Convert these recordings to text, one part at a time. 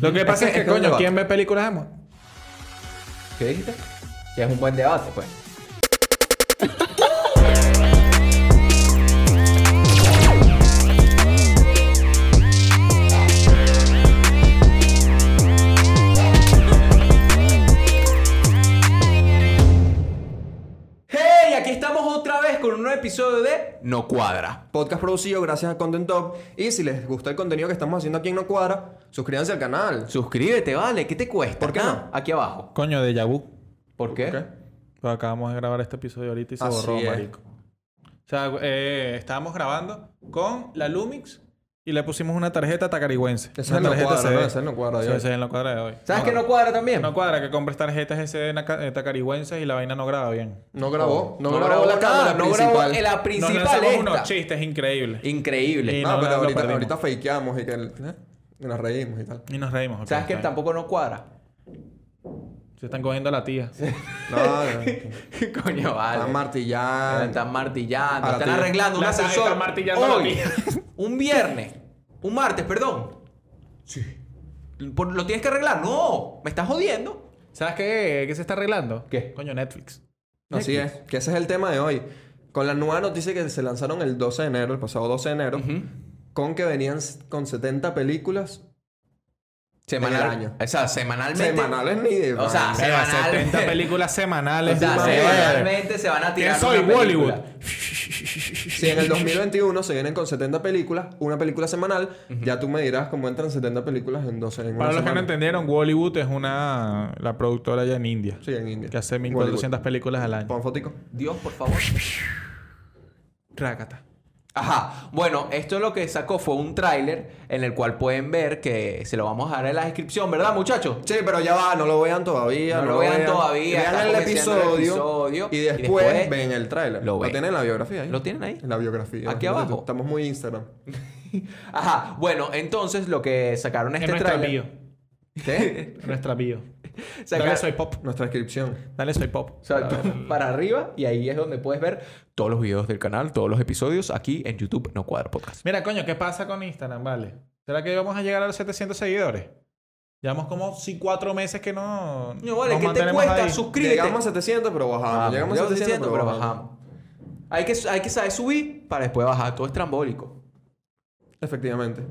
Lo que pasa es, que que, es un coño, debate. ¿quién ve películas emo? ¿Qué dijiste? Que es un buen debate, pues. ¡Hey! Aquí estamos otra vez con un nuevo episodio de No Cuadra. Podcast producido gracias a Content Top. Y si les gusta el contenido que estamos haciendo aquí en No Cuadra, suscríbanse al canal. Suscríbete, vale. ¿Qué te cuesta? ¿Por qué Ah, Aquí abajo. Coño, de Yabu. ¿Por qué? Pues acabamos de grabar este episodio ahorita y se Así borró, es. marico. O sea, eh, estábamos grabando con la Lumix y le pusimos una tarjeta tacarigüense. Una Esa es No tarjeta Cuadra, SD. ¿no? Esa es No Cuadra de Sí, hoy. esa es No Cuadra de hoy. ¿Sabes No, que no cuadra también? No Cuadra, que compras tarjetas SD naca- eh, tacarigüenses y la vaina no graba bien. No grabó, no, No grabó, grabó la cámara nada, no grabó principal. en la Nos principal lanzamos unos esta. chistes increíbles. Increíble. Y- No, no, pero lo ahorita, perdimos. ahorita fakeamos y que ¿eh? y nos reímos y tal. Y nos reímos. ok, ¿Sabes que está bien. tampoco no cuadra? Se están cogiendo a la tía. No, no, no. Coño, vale. Están martillando. Están martillando, Ah, la están tía. arreglando un La- ascensor. están martillando la Hoy, tía. un viernes, un martes, perdón. Sí. ¿Lo tienes que arreglar? No, me estás jodiendo. ¿Sabes qué, qué se está arreglando? ¿Qué? Coño, Netflix. Así es, que ese es el tema de hoy. Con la nueva noticia que se lanzaron el 12 de enero, el pasado 12 de enero, con que venían s- con 70 películas Semanal. En el año. O sea, semanalmente. semanales ni de O sea, vaina. Verga, Semanal. 70 películas O semanales. sea, Madre. semanalmente se van a ¿Quién tirar. soy? una película. Bollywood. si en el 2021 se vienen con 70 películas, una película semanal, ya tú me dirás cómo entran 70 películas en 12 en una Para los que no semana. entendieron, Bollywood es una... La productora allá en India. Sí, en India. Que hace Bollywood. 1400 películas al año. Pon fotico. Dios, por favor. Rácata. Ajá. Bueno, esto lo que sacó fue un tráiler en el cual pueden ver que se lo vamos a dar en la descripción, ¿verdad, muchachos? Sí, pero ya va, no lo vean todavía. No lo vean todavía, está Vean el comenzando el episodio, episodio, y y después, después ven el tráiler. lo Lo, ven. tienen en la biografía ahí. ¿Lo tienen ahí? En la biografía. Aquí imagínate, abajo. Estamos muy Instagram. Ajá. Bueno, entonces lo que sacaron Es este nuestra tráiler. Eh. bio. ¿Qué? Nuestra bio. Dale sacaron- soy pop. Nuestra descripción. Dale soy pop. O sea, tú- para arriba y ahí es donde puedes ver todos los videos del canal, todos los episodios aquí en YouTube No Cuadra Podcast. Mira, coño, ¿qué pasa con Instagram, vale? ¿Será que vamos a llegar a los 700 seguidores? Llevamos como si cuatro meses que no... No, vale, nos ¿qué te mantenemos cuesta? ahí. Suscríbete. Llegamos a 700, pero bajamos. Bajamos. Ah, Llegamos a 700, pero bajamos. Hay que, hay que saber subir para después bajar. Todo es trambólico. Efectivamente.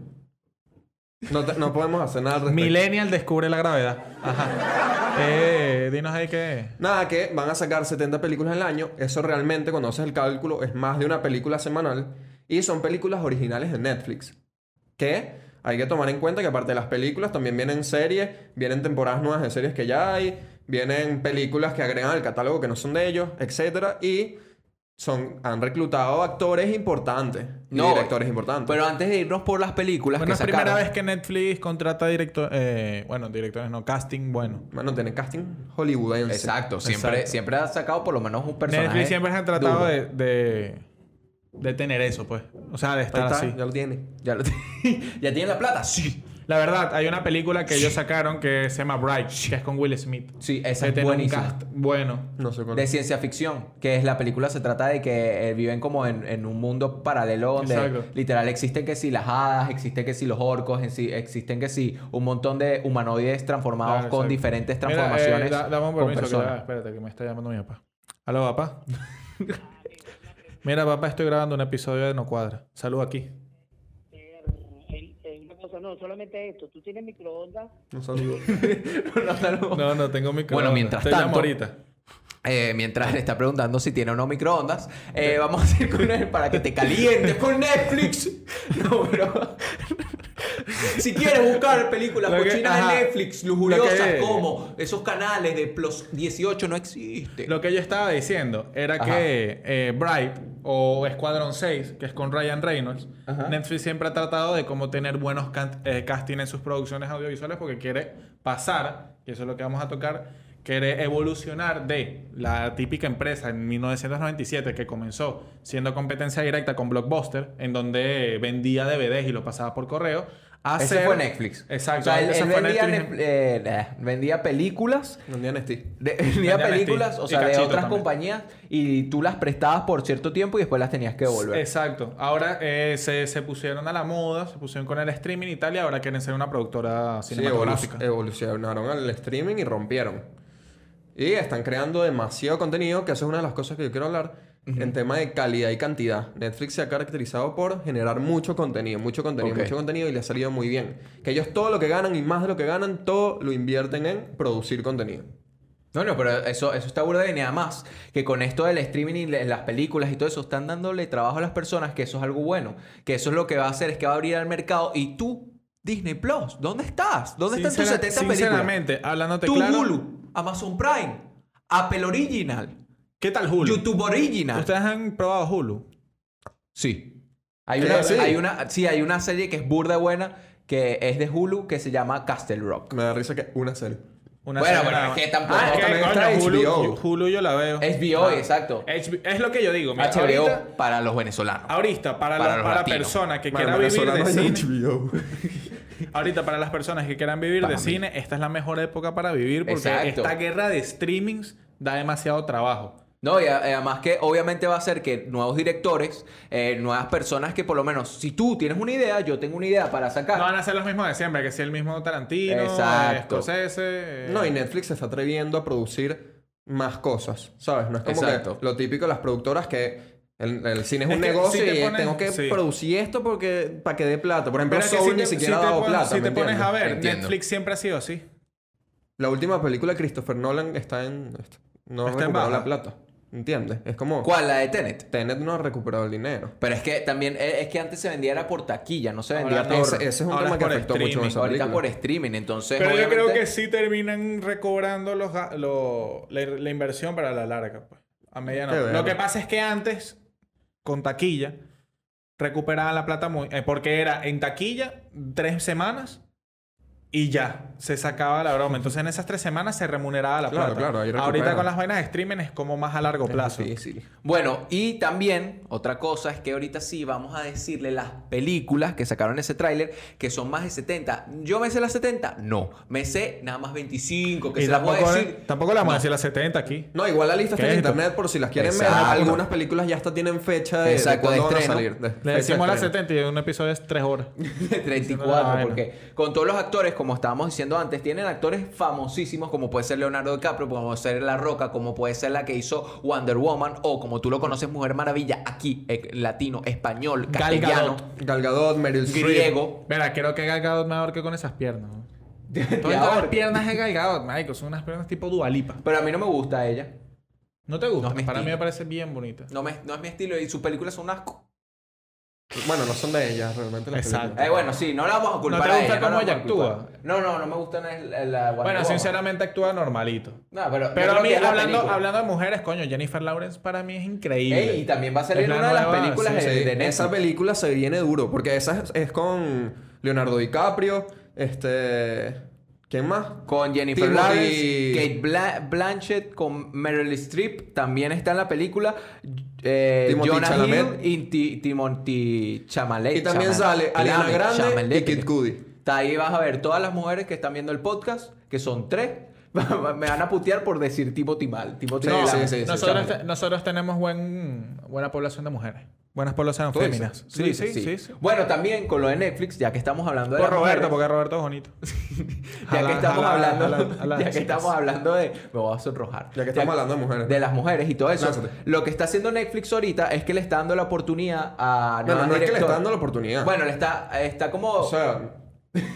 No, te- no podemos hacer nada al respecto. Millennial descubre la gravedad. Ajá. eh, dinos ahí qué. Nada, que van a sacar 70 películas al año. Eso realmente, cuando haces el cálculo, es más de una película semanal. Y son películas originales de Netflix. Que hay que tomar en cuenta que aparte de las películas, también vienen series, vienen temporadas nuevas de series que ya hay, vienen películas que agregan al catálogo que no son de ellos, etc. Y son, han reclutado actores importantes. y No, directores importantes. Pero antes de irnos por las películas Bueno, que es sacaron... primera vez que Netflix contrata directores. bueno, directores no, casting bueno. Mano, tienen casting hollywoodense. Exacto. Siempre, Exacto. siempre ha sacado por lo menos un personaje Netflix siempre se ha tratado duro. de, de, de tener eso, pues. O sea, de Ahí estar está, así. ya lo tiene. ¿Ya, lo ¿Ya tienen la plata? Sí. La verdad, hay una película que ellos sacaron que se llama Bright, que es con Will Smith. Sí, Que esa es tiene un buenísima. cast bueno. No sé cuál. de ciencia ficción, que es la película se trata de que eh, viven como en, en un mundo paralelo donde Exacto. literal existen que si las hadas, existen que si los orcos, en sí- existen que si un montón de humanoides transformados Claro, con exacto. diferentes Mira, eh, transformaciones. da- dame un con permiso, que personas. ya- espérate, que me está llamando mi papá. Aló, papá. Mira, papá, estoy grabando un episodio de No Cuadra. Salud aquí. el- el- eh, una cosa, no, solamente esto. Tú tienes microondas. Un saludo. No, no, no. No, no tengo mi Bueno, mientras Te tanto- llamo ahorita. Eh, mientras le está preguntando si tiene o no microondas, eh, vamos a hacer con él para que te calientes con Netflix. No, bro. si quieres buscar películas Lo que- cochinas en ajá. Netflix, lujuriosas Lo que- como esos canales de plus 18 no existen. Lo que yo estaba diciendo era Ajá. que eh, Bright o Escuadrón 6, que es con Ryan Reynolds, Netflix siempre ha tratado de cómo tener buenos can- eh, casting en sus producciones audiovisuales porque quiere pasar, que eso es lo que vamos a tocar, quiere evolucionar de la típica empresa en 1997 que comenzó siendo competencia directa con Blockbuster, en donde vendía DVDs y lo pasaba por correo, hacer... Ese fue Netflix. Exacto. O sea, él, ese él fue vendía, Netflix. Netflix- eh, nah, vendía películas. Un día en este. de- vendía Netflix. películas, o Y sea, de cachito otras también. compañías y tú las prestabas por cierto tiempo y después las tenías que devolver. Exacto. Ahora eh, se, se pusieron a la moda, se pusieron con el streaming y tal, y ahora quieren ser una productora Sí, evolu- cinematográfica. Eh, evolucionaron al streaming y rompieron. Y están creando demasiado contenido, que eso es una de las cosas que yo quiero hablar en tema de calidad y cantidad. Netflix se ha caracterizado por generar mucho contenido, mucho contenido, Ok. mucho contenido y le ha salido muy bien. Que ellos todo lo que ganan y más de lo que ganan, todo lo invierten en producir contenido. No, no, pero eso, eso está burda y nada más. Que con esto del streaming y le- las películas y todo eso, están dándole trabajo a las personas, que eso es algo bueno. Que eso es lo que va a hacer, es que va a abrir al mercado. Y tú, Disney Plus, ¿dónde estás? ¿Dónde están tus Sincera- 70 películas? Sinceramente, hablándote Tu claro... Hulu, Amazon Prime, Apple Original, ¿Qué tal Hulu? YouTube Original. ¿Ustedes han probado Hulu? Sí. Hay ¿Qué? Eh, una, ¿Sí? hay una, sí, hay una serie que es burda buena, que es de Hulu, que se llama Castle Rock. Me da risa que una serie. Una Bueno, serie pero nada es que más. tampoco- Ah, es que, también coño, está HBO. Hulu, Hulu yo la veo. HBO, exacto. HBO es lo que yo digo. Ah. Eh, mira, HBO Ahorita, para los venezolanos. ahorita, para, Para la, los para latinos. personas que Bueno, quieran vivir de venezolano cine... en HBO. Ahorita, para las personas que quieran vivir Para de mí. cine, esta es la mejor época para vivir porque Exacto. esta guerra de streamings da demasiado trabajo. No, y a- y además que obviamente va a ser que nuevos directores, eh, nuevas personas que por lo menos, si tú tienes una idea, yo tengo una idea para sacar. No van a ser los mismos de siempre, que si el mismo Tarantino, Exacto. eh, Scorsese. eh, No, y Netflix se está atreviendo a producir más cosas, ¿sabes? No es como Exacto. que lo típico de las productoras que el, el cine es, Es un que negocio si te y pones- tengo que sí. producir esto porque para que dé plata. Por pero ejemplo, es que Soul si ni te- siquiera si ha te dado pon- plata, Si ¿me te pones entiendes? a ver, Entiendo. Netflix siempre ha sido así. La última película de Christopher Nolan está en... No ha Está en recuperado baja. la plata, ¿entiendes? Es como... ¿Cuál? La de Tenet. Tenet no ha recuperado el dinero. Pero es que también, eh, es que antes se vendía era por taquilla, no se Ahora vendía no, por... Ese, ese es un Ahora tema es que por afectó mucho en streaming. esa Ahorita película. por streaming, entonces Pero yo creo obviamente- que sí terminan recobrando los, ga- lo- la, la inversión para la larga, pues. A Qué mediano. verga. Lo que pasa es que antes, con taquilla, recuperaban la plata muy. eh, porque era en taquilla tres semanas y ya. Se sacaba la broma. Entonces en esas tres semanas se remuneraba la Claro, plata. claro, ahí Ahorita recuperan. con las vainas de streaming es como más a largo Es plazo. difícil. Bueno, y también otra cosa es que ahorita sí vamos a decirle las películas que sacaron ese tráiler, que son más de 70. ¿Yo me sé las 70? No. Me sé nada más 25, que Y se las voy a tampoco, decir. tampoco le vamos a decir las 70 aquí. No, igual la lista está ¿Qué es en esto? internet por si las quieren ver. Exacto. Algunas películas ya hasta tienen fecha de, de Exacto, de cuándo van a estreno. salir. de- fecha Le de decimos las estreno. 70 y un episodio es tres horas. 34, Bueno. porque con todos los actores, como estábamos diciendo antes, tienen actores famosísimos, como puede ser Leonardo DiCaprio, como puede ser La Roca, como puede ser la que hizo Wonder Woman, o como tú lo conoces, Mujer Maravilla, aquí, eh, latino, español, Gal Gadot. castellano, Gal Gadot, Meryl Streep. griego. Verá, creo que Gal Gadot me ahorque con esas piernas. ¿no? Todas ahorca. las piernas de Gal Gadot, marico, son unas piernas tipo Dualipa. Pero a mí no me gusta ella. ¿No te gusta? No es mi Para mí estilo. me parece bien bonita. No, me- no es mi estilo y sus películas son un asco. Bueno, no son de ellas realmente. las Exacto. películas. Eh, bueno, sí, no la vamos a culpar. ¿No te a gusta ella, no la cómo vamos a ella culpar. actúa? No, no, no me gusta la, la, la Wonder Bueno, Woman. sinceramente actúa normalito. No, pero yo Pero creo a mí, que es la hablando, película. hablando de mujeres, coño, Jennifer Lawrence para mí es increíble. Ey, y también va a Es salir en la una de las nueva, películas sí, de, Sí, de Netflix. esa película se viene duro, porque esa es, es con Leonardo DiCaprio, este... ¿Quién más? Con Jennifer Timothy- Lawrence, Kate Bla- Blanchett, con Meryl Streep, también está en la película. Eh, Timothy Jonah Chalamet. Hill y Ti- Timothy Chalamet. Y también sale Chalamet. Ariana Chalamet, Grande Chalamet. y Kid Cudi. Está ahí vas a ver todas las mujeres que están viendo el podcast, que son tres. Me van a putear por decir Timothy mal. Timothy Sí, Chalamet. sí, sí, sí. nosotros, chamo. te- nosotros tenemos buen, buena población de mujeres. Buenas poblaciones Pues, ¿Tú dices? féminas. Tú dices, Bueno, también con lo de Netflix, ya que estamos hablando de Por las Roberto, mujeres, porque Roberto es bonito. ya que Jala- estamos jala- hablando, jala- jala- ya que chicas. estamos hablando de, me voy a sonrojar. Ya que estamos hablando de mujeres. de las mujeres y todo eso. Lánzate. Lo que está haciendo Netflix ahorita es que le está dando la oportunidad Ah, a Bueno, nuevas no es que le está directoras. dando la oportunidad. Bueno, le está está como O sea,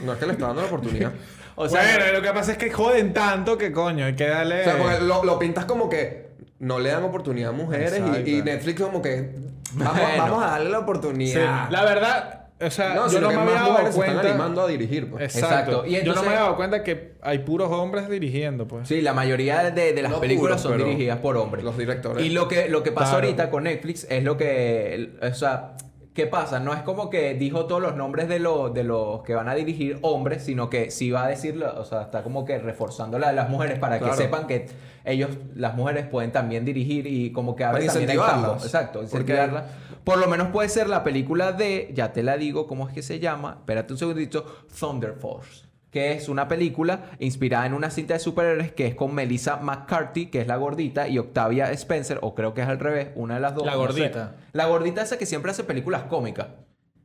no es que le está dando la oportunidad. o sea, bueno, lo que pasa es que joden tanto que coño, hay que darle. O sea, porque lo, lo pintas como que no le dan oportunidad a mujeres Exacto. y, y Netflix como que... Vamos, Bueno. vamos a darle la Sí, oportunidad. La verdad, o sea, No, yo sino no que me había más dado mujeres se están cuenta. animando a dirigir. pues. Exacto. Exacto. Y Yo no entonces- me había dado cuenta que hay puros hombres dirigiendo, pues. sí, la mayoría de, de las No películas puros, son pero dirigidas por hombres. los directores. Y lo que lo que pasa Claro. ahorita con Netflix es lo que o sea, ¿qué pasa? No es como que dijo todos los nombres de los de los que van a dirigir hombres, sino que sí va a decirlo, o sea, está como que reforzando la de las mujeres para Claro. que sepan que ellos las mujeres pueden también dirigir y como que abre Para también el campo. incentivarlas. Exacto, Porque- incentivarlas. Porque, Por lo menos puede ser la película de, ya te la digo, ¿cómo es que se llama? Espérate un segundito, Thunder Force. Que es una película inspirada en una cinta de superhéroes que es con Melissa McCarthy, que es la gordita, y Octavia Spencer, o creo que es al revés, una de las dos. La no sé. gordita. La gordita esa que siempre hace películas cómicas.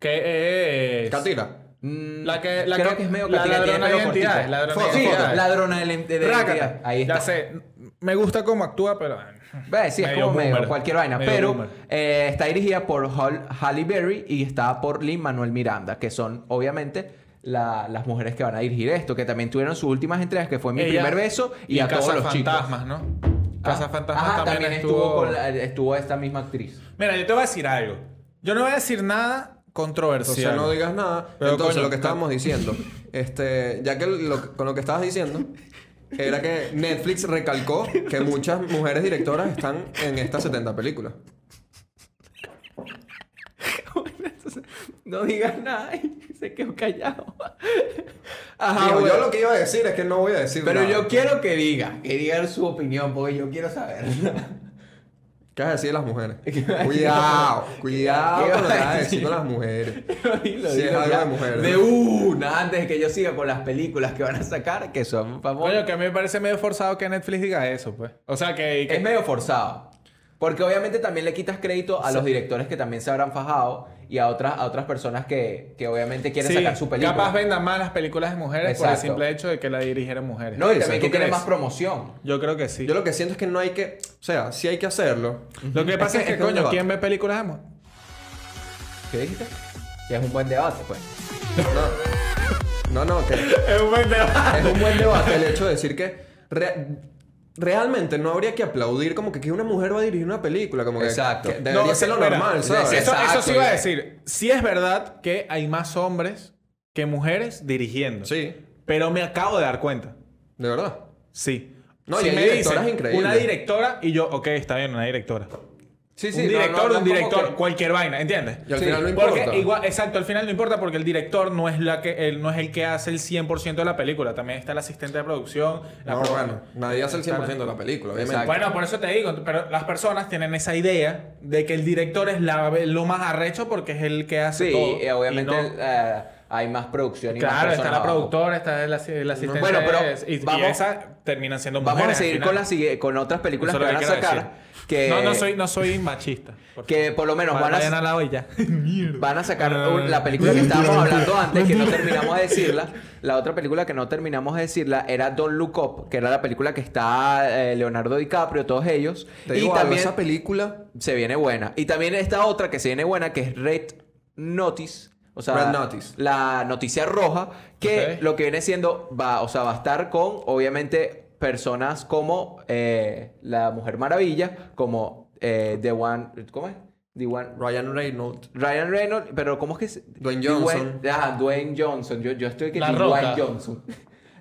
Que es... Catira. Mm, La que- la creo que- que, es medio la catira, tiene ladrona de pelo identidades, cortito. ladrona de Foto, foto. identidades. Ladrona de la- de la Rácata. identidad. Ahí está. Ya sé. Me gusta cómo actúa, pero... Ve, Eh, sí, es Medio como medio boomer. cualquier vaina. Medio pero boomer. eh, está dirigida por Hall- Halle Berry y está por Lin Manuel Miranda, que son obviamente la- las mujeres que van a dirigir esto, que también tuvieron sus últimas entregas, que fue mi Ella primer beso y, a todos los chicos. Ah, Fantasmas, ¿no? Casa Fantasmas Ajá, también, estuvo, con la- estuvo esta misma actriz. Mira, yo te voy a decir algo. Yo no voy a decir nada controversial. Entonces no digas nada. Pero, Entonces coño, lo que estábamos diciendo, este, ya que lo- con lo que estabas diciendo era que Netflix recalcó que muchas mujeres directoras están en estas 70 películas. Entonces, no digas nada y se quedó callado. Ajá, Digo, Ah, bueno. yo lo que iba a decir es que no voy a decir Pero nada. yo quiero que diga, que diga su opinión, porque yo quiero saber. ¿Qué vas a decir de las mujeres? ¿Qué vas a decir? cuidado, ¿Qué cuidado vas con lo que a vas a decir decir? con las mujeres. Dilo, Sí, es dilo algo ya. de mujer. De una, antes de que yo siga con las películas que van a sacar, que son Coño, famosas. que a mí me parece medio forzado que Netflix diga eso, pues. O sea, que... que- Es medio forzado. Porque obviamente también le quitas crédito a los directores que también se habrán fajado y a otras, a otras personas que, que obviamente quieren Sí, sacar su película. Capaz vendan más las películas de mujeres por el Exacto. simple hecho de que la dirigieran mujeres. No, y Dices, también ¿tú que quieren crees? más promoción. Yo creo que sí. Yo lo que siento es que no hay que... O sea, sí hay que hacerlo. Lo que pasa es que, es un coño, debate. ¿quién ve películas de mujeres? ¿Qué dijiste? Que es un buen debate, pues. No, no, que Es un buen debate. es un buen debate el hecho de decir que... re- Realmente no habría que aplaudir como que, que una mujer va a dirigir una película. Como que, Exacto. que debería No, ser lo mira, normal, ¿sabes? Eso, Exacto, eso sí iba a ya. decir. Sí es verdad que hay más hombres que mujeres dirigiendo. Sí, Pero me acabo de dar cuenta. de verdad. Sí. No, Si y hay me directoras dicen increíbles. Una directora y yo, ok, está bien, una directora. Sí, un director, un no, no, no es como director, que- cualquier vaina, ¿entiendes? Y al Sí, final no importa. Porque igual, exacto, al final no importa porque el director no es la que él no es el que hace el 100% de la película, también está el asistente de producción, la No, pro- bueno, nadie hace el 100% de la película, obviamente. Exacto. Bueno, por eso te digo, pero las personas tienen esa idea de que el director es la- lo más arrecho porque es el que hace Sí, todo. y obviamente y no- eh, hay más producción y más claro, está personas la abajo. productora, está el, asi- el asistente Bueno, pero y, y vamos- esas terminan siendo mujeres. Vamos a al seguir final. con, las sigui- con otras películas Eso que es van lo a que quiero sacar. Que, No, no soy, no soy machista. por que por lo menos favor. van Vayan a a, la olla. Ah. Mierda. van a sacar Ah. No, no, no, un- no. la película que estábamos hablando antes, que no terminamos de decirla. La otra película que no terminamos de decirla era Don't Look Up, que era la película que está eh, Leonardo DiCaprio, todos ellos. Te y digo algo, también esa película... se viene buena. Y también está otra que se viene buena, que es Red Notice. O sea, Red Notice. la noticia roja, que Ok. lo que viene siendo, va, o sea, va a estar con, obviamente, personas como eh, la Mujer Maravilla, como eh, The One, ¿cómo es? The One, Ryan Reynolds. Ryan Reynolds, pero ¿cómo es que se... Dwayne Johnson. Dwayne, ah, Dwayne Johnson. Yo, yo estoy que La Dwayne Roca. Johnson.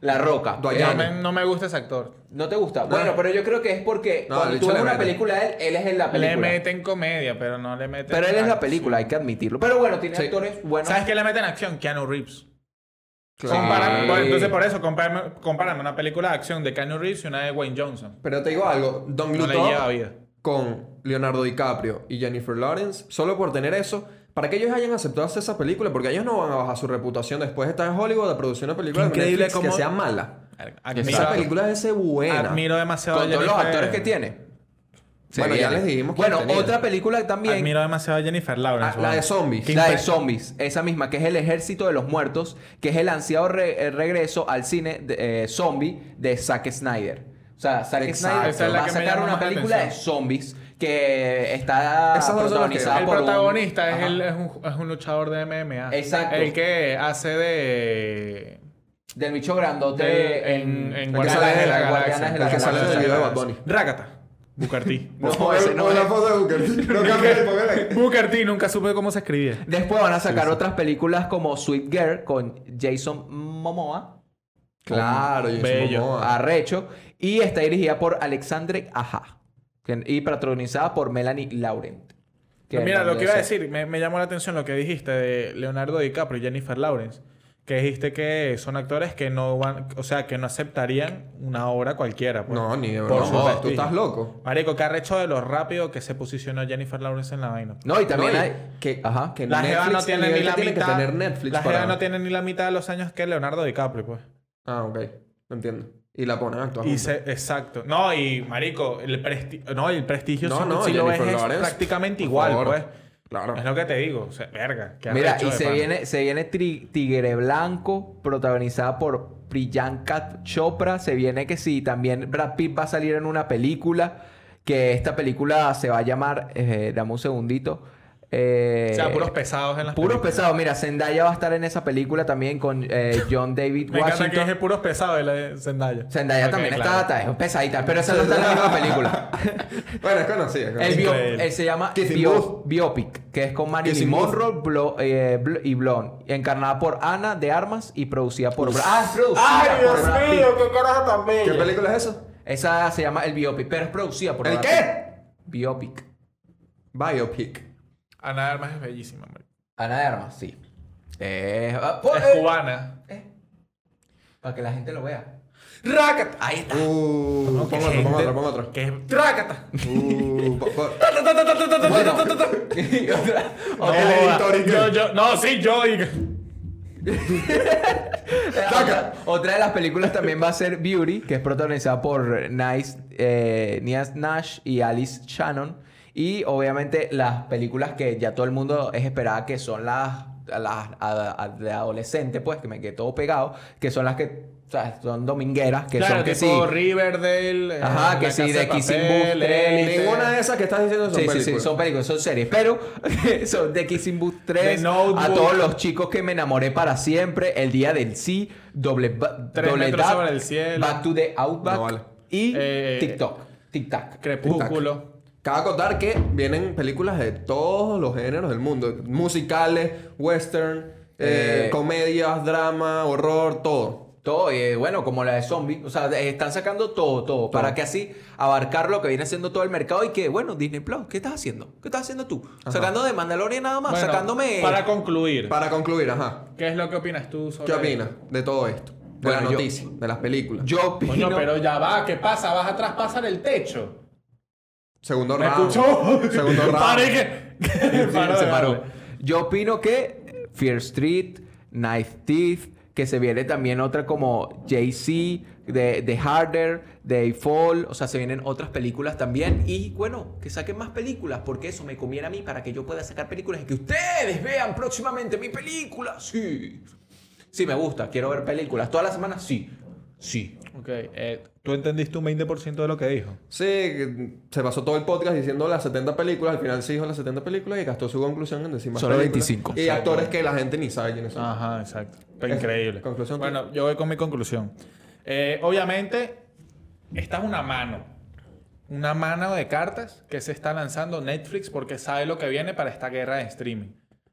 La Roca. Dwayne Eh, No me, no me gusta ese actor. ¿No te gusta? Bueno, pero yo creo que es porque No, cuando el tú bicho ves le una mete. película de él, él es en la película. Le meten comedia, pero no le meten. Pero él es la ac- película, hay que admitirlo. Pero bueno, tiene Sí. actores buenos. ¿Sabes qué le meten acción? Keanu Reeves. Claro. Compárame- bueno, entonces, por eso, compárame, compárame una película de acción de Keanu Reeves y una de Wayne Johnson. Pero te digo algo, Don No Look le Up lleva vida. con Leonardo DiCaprio y Jennifer Lawrence, solo por tener eso, para que ellos hayan aceptado hacer esa película, porque ellos no van a bajar su reputación después de estar en Hollywood a producir una película de Increíble Netflix cómo- que sea mala. Esa Admiro, película es buena. admiro demasiado con todos los Jennifer- actores que tiene. Se Bueno, ya viene. les dijimos que Bueno, tenía. otra película también. Admiro demasiado a Jennifer Lawrence. Ah, la de weón. zombies. Qué La de impe- zombies, esa misma, que es el ejército de los muertos, que es el ansiado re- eh, regreso al cine de, eh, zombie de Zack Snyder. O sea, Zack Exacto. Snyder Esa es la va a que me sacar llama una más la película de atención. zombies que está Esas dos son las que- protagonizada El por un- protagonista es, Ajá. el- es un, es un luchador de MMA. Exacto. El que hace de. del bicho grandote de- en, en, en que Guardianes sale- de la en Galaxia. Guardianes de la El que sale Galaxia. del video de Bad Bunny. Rácata. Booker T. No, ese no es. foto de Booker. No cambies, póngale. Booker T, nunca supe cómo se escribía. Después van a sacar otras películas como Sweet Girl con Jason Momoa, Claro, Jason Bello. Momoa. arrecho, y está dirigida por Alexandre Aja que- y protagonizada por Melanie Laurent. que Mira, no lo que debe iba a ser. decir, me, me llamó la atención lo que dijiste de Leonardo DiCaprio y Jennifer Lawrence. que dijiste que son actores que no van, o sea, que no aceptarían una obra cualquiera. pues. No, ni de Por broma, su joder, Tú prestigio. estás loco. Marico, ¿qué arrecho de lo rápido que se posicionó Jennifer Lawrence en la vaina? No, y también No, y hay. que- Ajá. que La jeva no Netflix, el tiene nivel ni que la tiene que mitad. tener Netflix la para- jeva no tiene ni la mitad de los años que Leonardo DiCaprio, pues. Ah, ok. No entiendo. Y la ponen a actuar. Y juntos. se- exacto. No, y marico, el prestigio, no, el prestigio No, si, no, si lo ves Jennifer es Lawrence, prácticamente por igual, favor. pues. Claro. Es lo que te digo, o sea, verga. qué Mira, arrecho y de se pana. viene, se viene Tri- Tigre Blanco, protagonizada por Priyanka Chopra. Se viene que sí, también Brad Pitt va a salir en una película. Que esta película se va a llamar. eh, dame un segundito. eh, O sea, puros pesados en las Puros películas. pesados. Mira, Zendaya va a estar en esa película también con eh, John David Me encanta que Washington. dije puros pesados de la de Zendaya. Zendaya Ok, también claro. está, está es pesadita, pero esa no está en la misma película. Bueno, es conocida. es conocida. El bio- Increíble. él se llama Kissing bio- Booth. Biopic, que es con Marilyn Kissing Booth. Monroe Blo- eh, Bl- y Blonde, encarnada por Ana de Armas y producida por Brad Ah, es producida ¡Ay, por Dios Brad Pitt. mío! ¡Qué coraje tan ¿Qué bello! película es esa? Esa se llama El Biopic, pero es producida por ¿El Brad qué? Pitt. Biopic. Biopic. Ana de Armas es bellísima, marico. Ana de Armas, sí. Eh, ah, por- Es eh, cubana. para que la gente lo vea. ¡Rácata! Ahí está. Uh, pon otro, pon otro, pon otro. Que es... ¡Rácata! Uh, po- po- Ta, ta, ta, ta, ta, ta, ta, ta, ta, ta. Y otra- No, El editor y que- yo, yo, no, sí, yo. y que- Otra, otra de las películas también va a ser Beauty, que es protagonizada por Nice, eh, Nias Nash y Alice Shannon. Y obviamente las películas que ya todo el mundo es esperada, que son las, las a- a- de adolescente, pues, que me quedé todo pegado, que son las que o sea, son domingueras, que claro, son que sí. tipo Riverdale. eh, Ajá, que La sí, Casa de Kissing Booth Papel, tres, Élite. Ninguna de esas que estás diciendo son Sí, sí, películas. sí, son películas, son series, pero son The Kissing Booth 3, The Notebook. a todos los chicos que me enamoré para siempre, El Día del Sí, Doble, ba- Tres doble metros Dab, sobre el cielo. Back to the Outback No vale. y Eh, TikTok, TikTok. Crepúsculo. Cabe acotar que vienen películas de todos los géneros del mundo. Musicales, western, eh, Eh, comedias, drama, horror, todo. Todo, y, eh, bueno, como la de zombie, o sea, eh, están sacando todo, todo, para que así abarcar lo que viene haciendo todo el mercado y que, bueno, Disney Plus, ¿qué estás haciendo? ¿Qué estás haciendo tú? Sacando de Mandalorian nada más, Bueno, sacándome... Para concluir, Para concluir, ajá. ¿qué es lo que opinas tú sobre ¿Qué opinas de todo esto? De Bueno, la yo- noticia, de las películas. Yo opino... Coño, pero ya va, ¿qué pasa? Vas a traspasar el techo. Segundo ¿Me round. escuchó? Segundo round. Para y que. Sí, Paró de se paró. darle. Yo opino que Fear Street, Knife Teeth, que se viene también otra como Jay-Z, The, The Harder, The Fall, o sea, se vienen otras películas también. Y bueno, que saquen más películas, porque eso me conviene a mí para que yo pueda sacar películas y que ustedes vean próximamente mi película. Sí. Sí, me gusta, quiero ver películas. Todas las semanas, sí. Sí. Ok, eh, tú entendiste un 20% de lo que dijo. Sí, que se pasó todo el podcast diciendo las 70 películas. Al final se dijo las 70 películas y gastó su conclusión en decir más Solo películas. 25. Y actores que la gente ni sabe quiénes son. Ajá, exacto. Fue Es- Increíble. conclusión tuya. Bueno, yo voy con mi conclusión. Eh, obviamente, esta es una mano. Una mano de cartas que se está lanzando Netflix porque sabe lo que viene para esta guerra de streaming.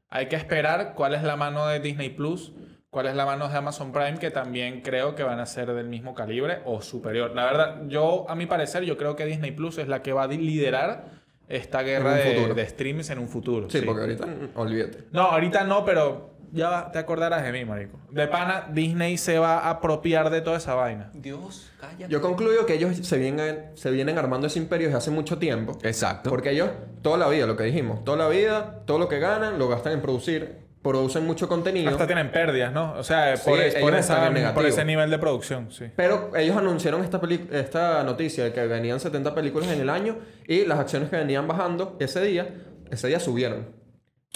Hay que esperar cuál es la mano de Disney Plus, cuál es la mano de Amazon Prime, que también creo que van a ser del mismo calibre o superior. La verdad, yo, a mi parecer, yo creo que Disney Plus es la que va a liderar esta guerra un de, futuro. de streamings en un futuro. Sí, porque ahorita, mm, olvídate. No, ahorita no, pero ya va- te acordarás de mí, marico. De pana, Disney se va a apropiar de toda esa vaina. Dios, calla. Yo concluyo que ellos se vienen, se vienen armando ese imperio desde hace mucho tiempo. Exacto. Porque ellos, toda la vida, lo que dijimos, toda la vida, todo lo que ganan, lo gastan en producir, producen mucho contenido. Hasta tienen pérdidas, ¿no? O sea, Sí, por, ellos por están esa- en negativo. por ese nivel de producción, sí. Pero ellos anunciaron esta, peli- esta noticia de que venían 70 películas en el año y las acciones que venían bajando ese día, ese día subieron.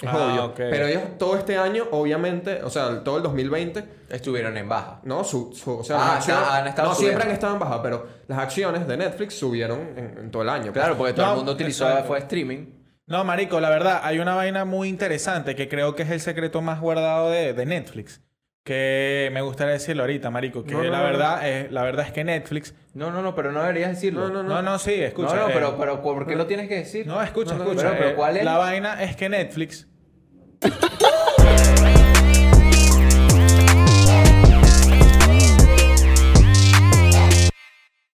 Es Ah, obvio. ok. Pero ellos todo este año, obviamente, o sea, todo el 2020, Estuvieron en baja. no, su, su- o sea, Ah, las acciones- está- han estado no siempre subiendo. han estado en baja, pero las acciones de Netflix subieron en, en todo el año. Claro, porque todo No, el mundo utilizó exacto. fue streaming. No, marico, la verdad, hay una vaina muy interesante que creo que es el secreto más guardado de, de Netflix. Que me gustaría decirlo ahorita, marico. Que No, no, la, no, verdad Es, la verdad es que Netflix... No, no, no, pero no deberías decirlo. No, No, no, sí, escucha. no, no, eh, pero, pero ¿por qué lo tienes que decir? No, escucha, eh, No, no, escucha. pero- pero eh, ¿cuál es? La vaina es que Netflix...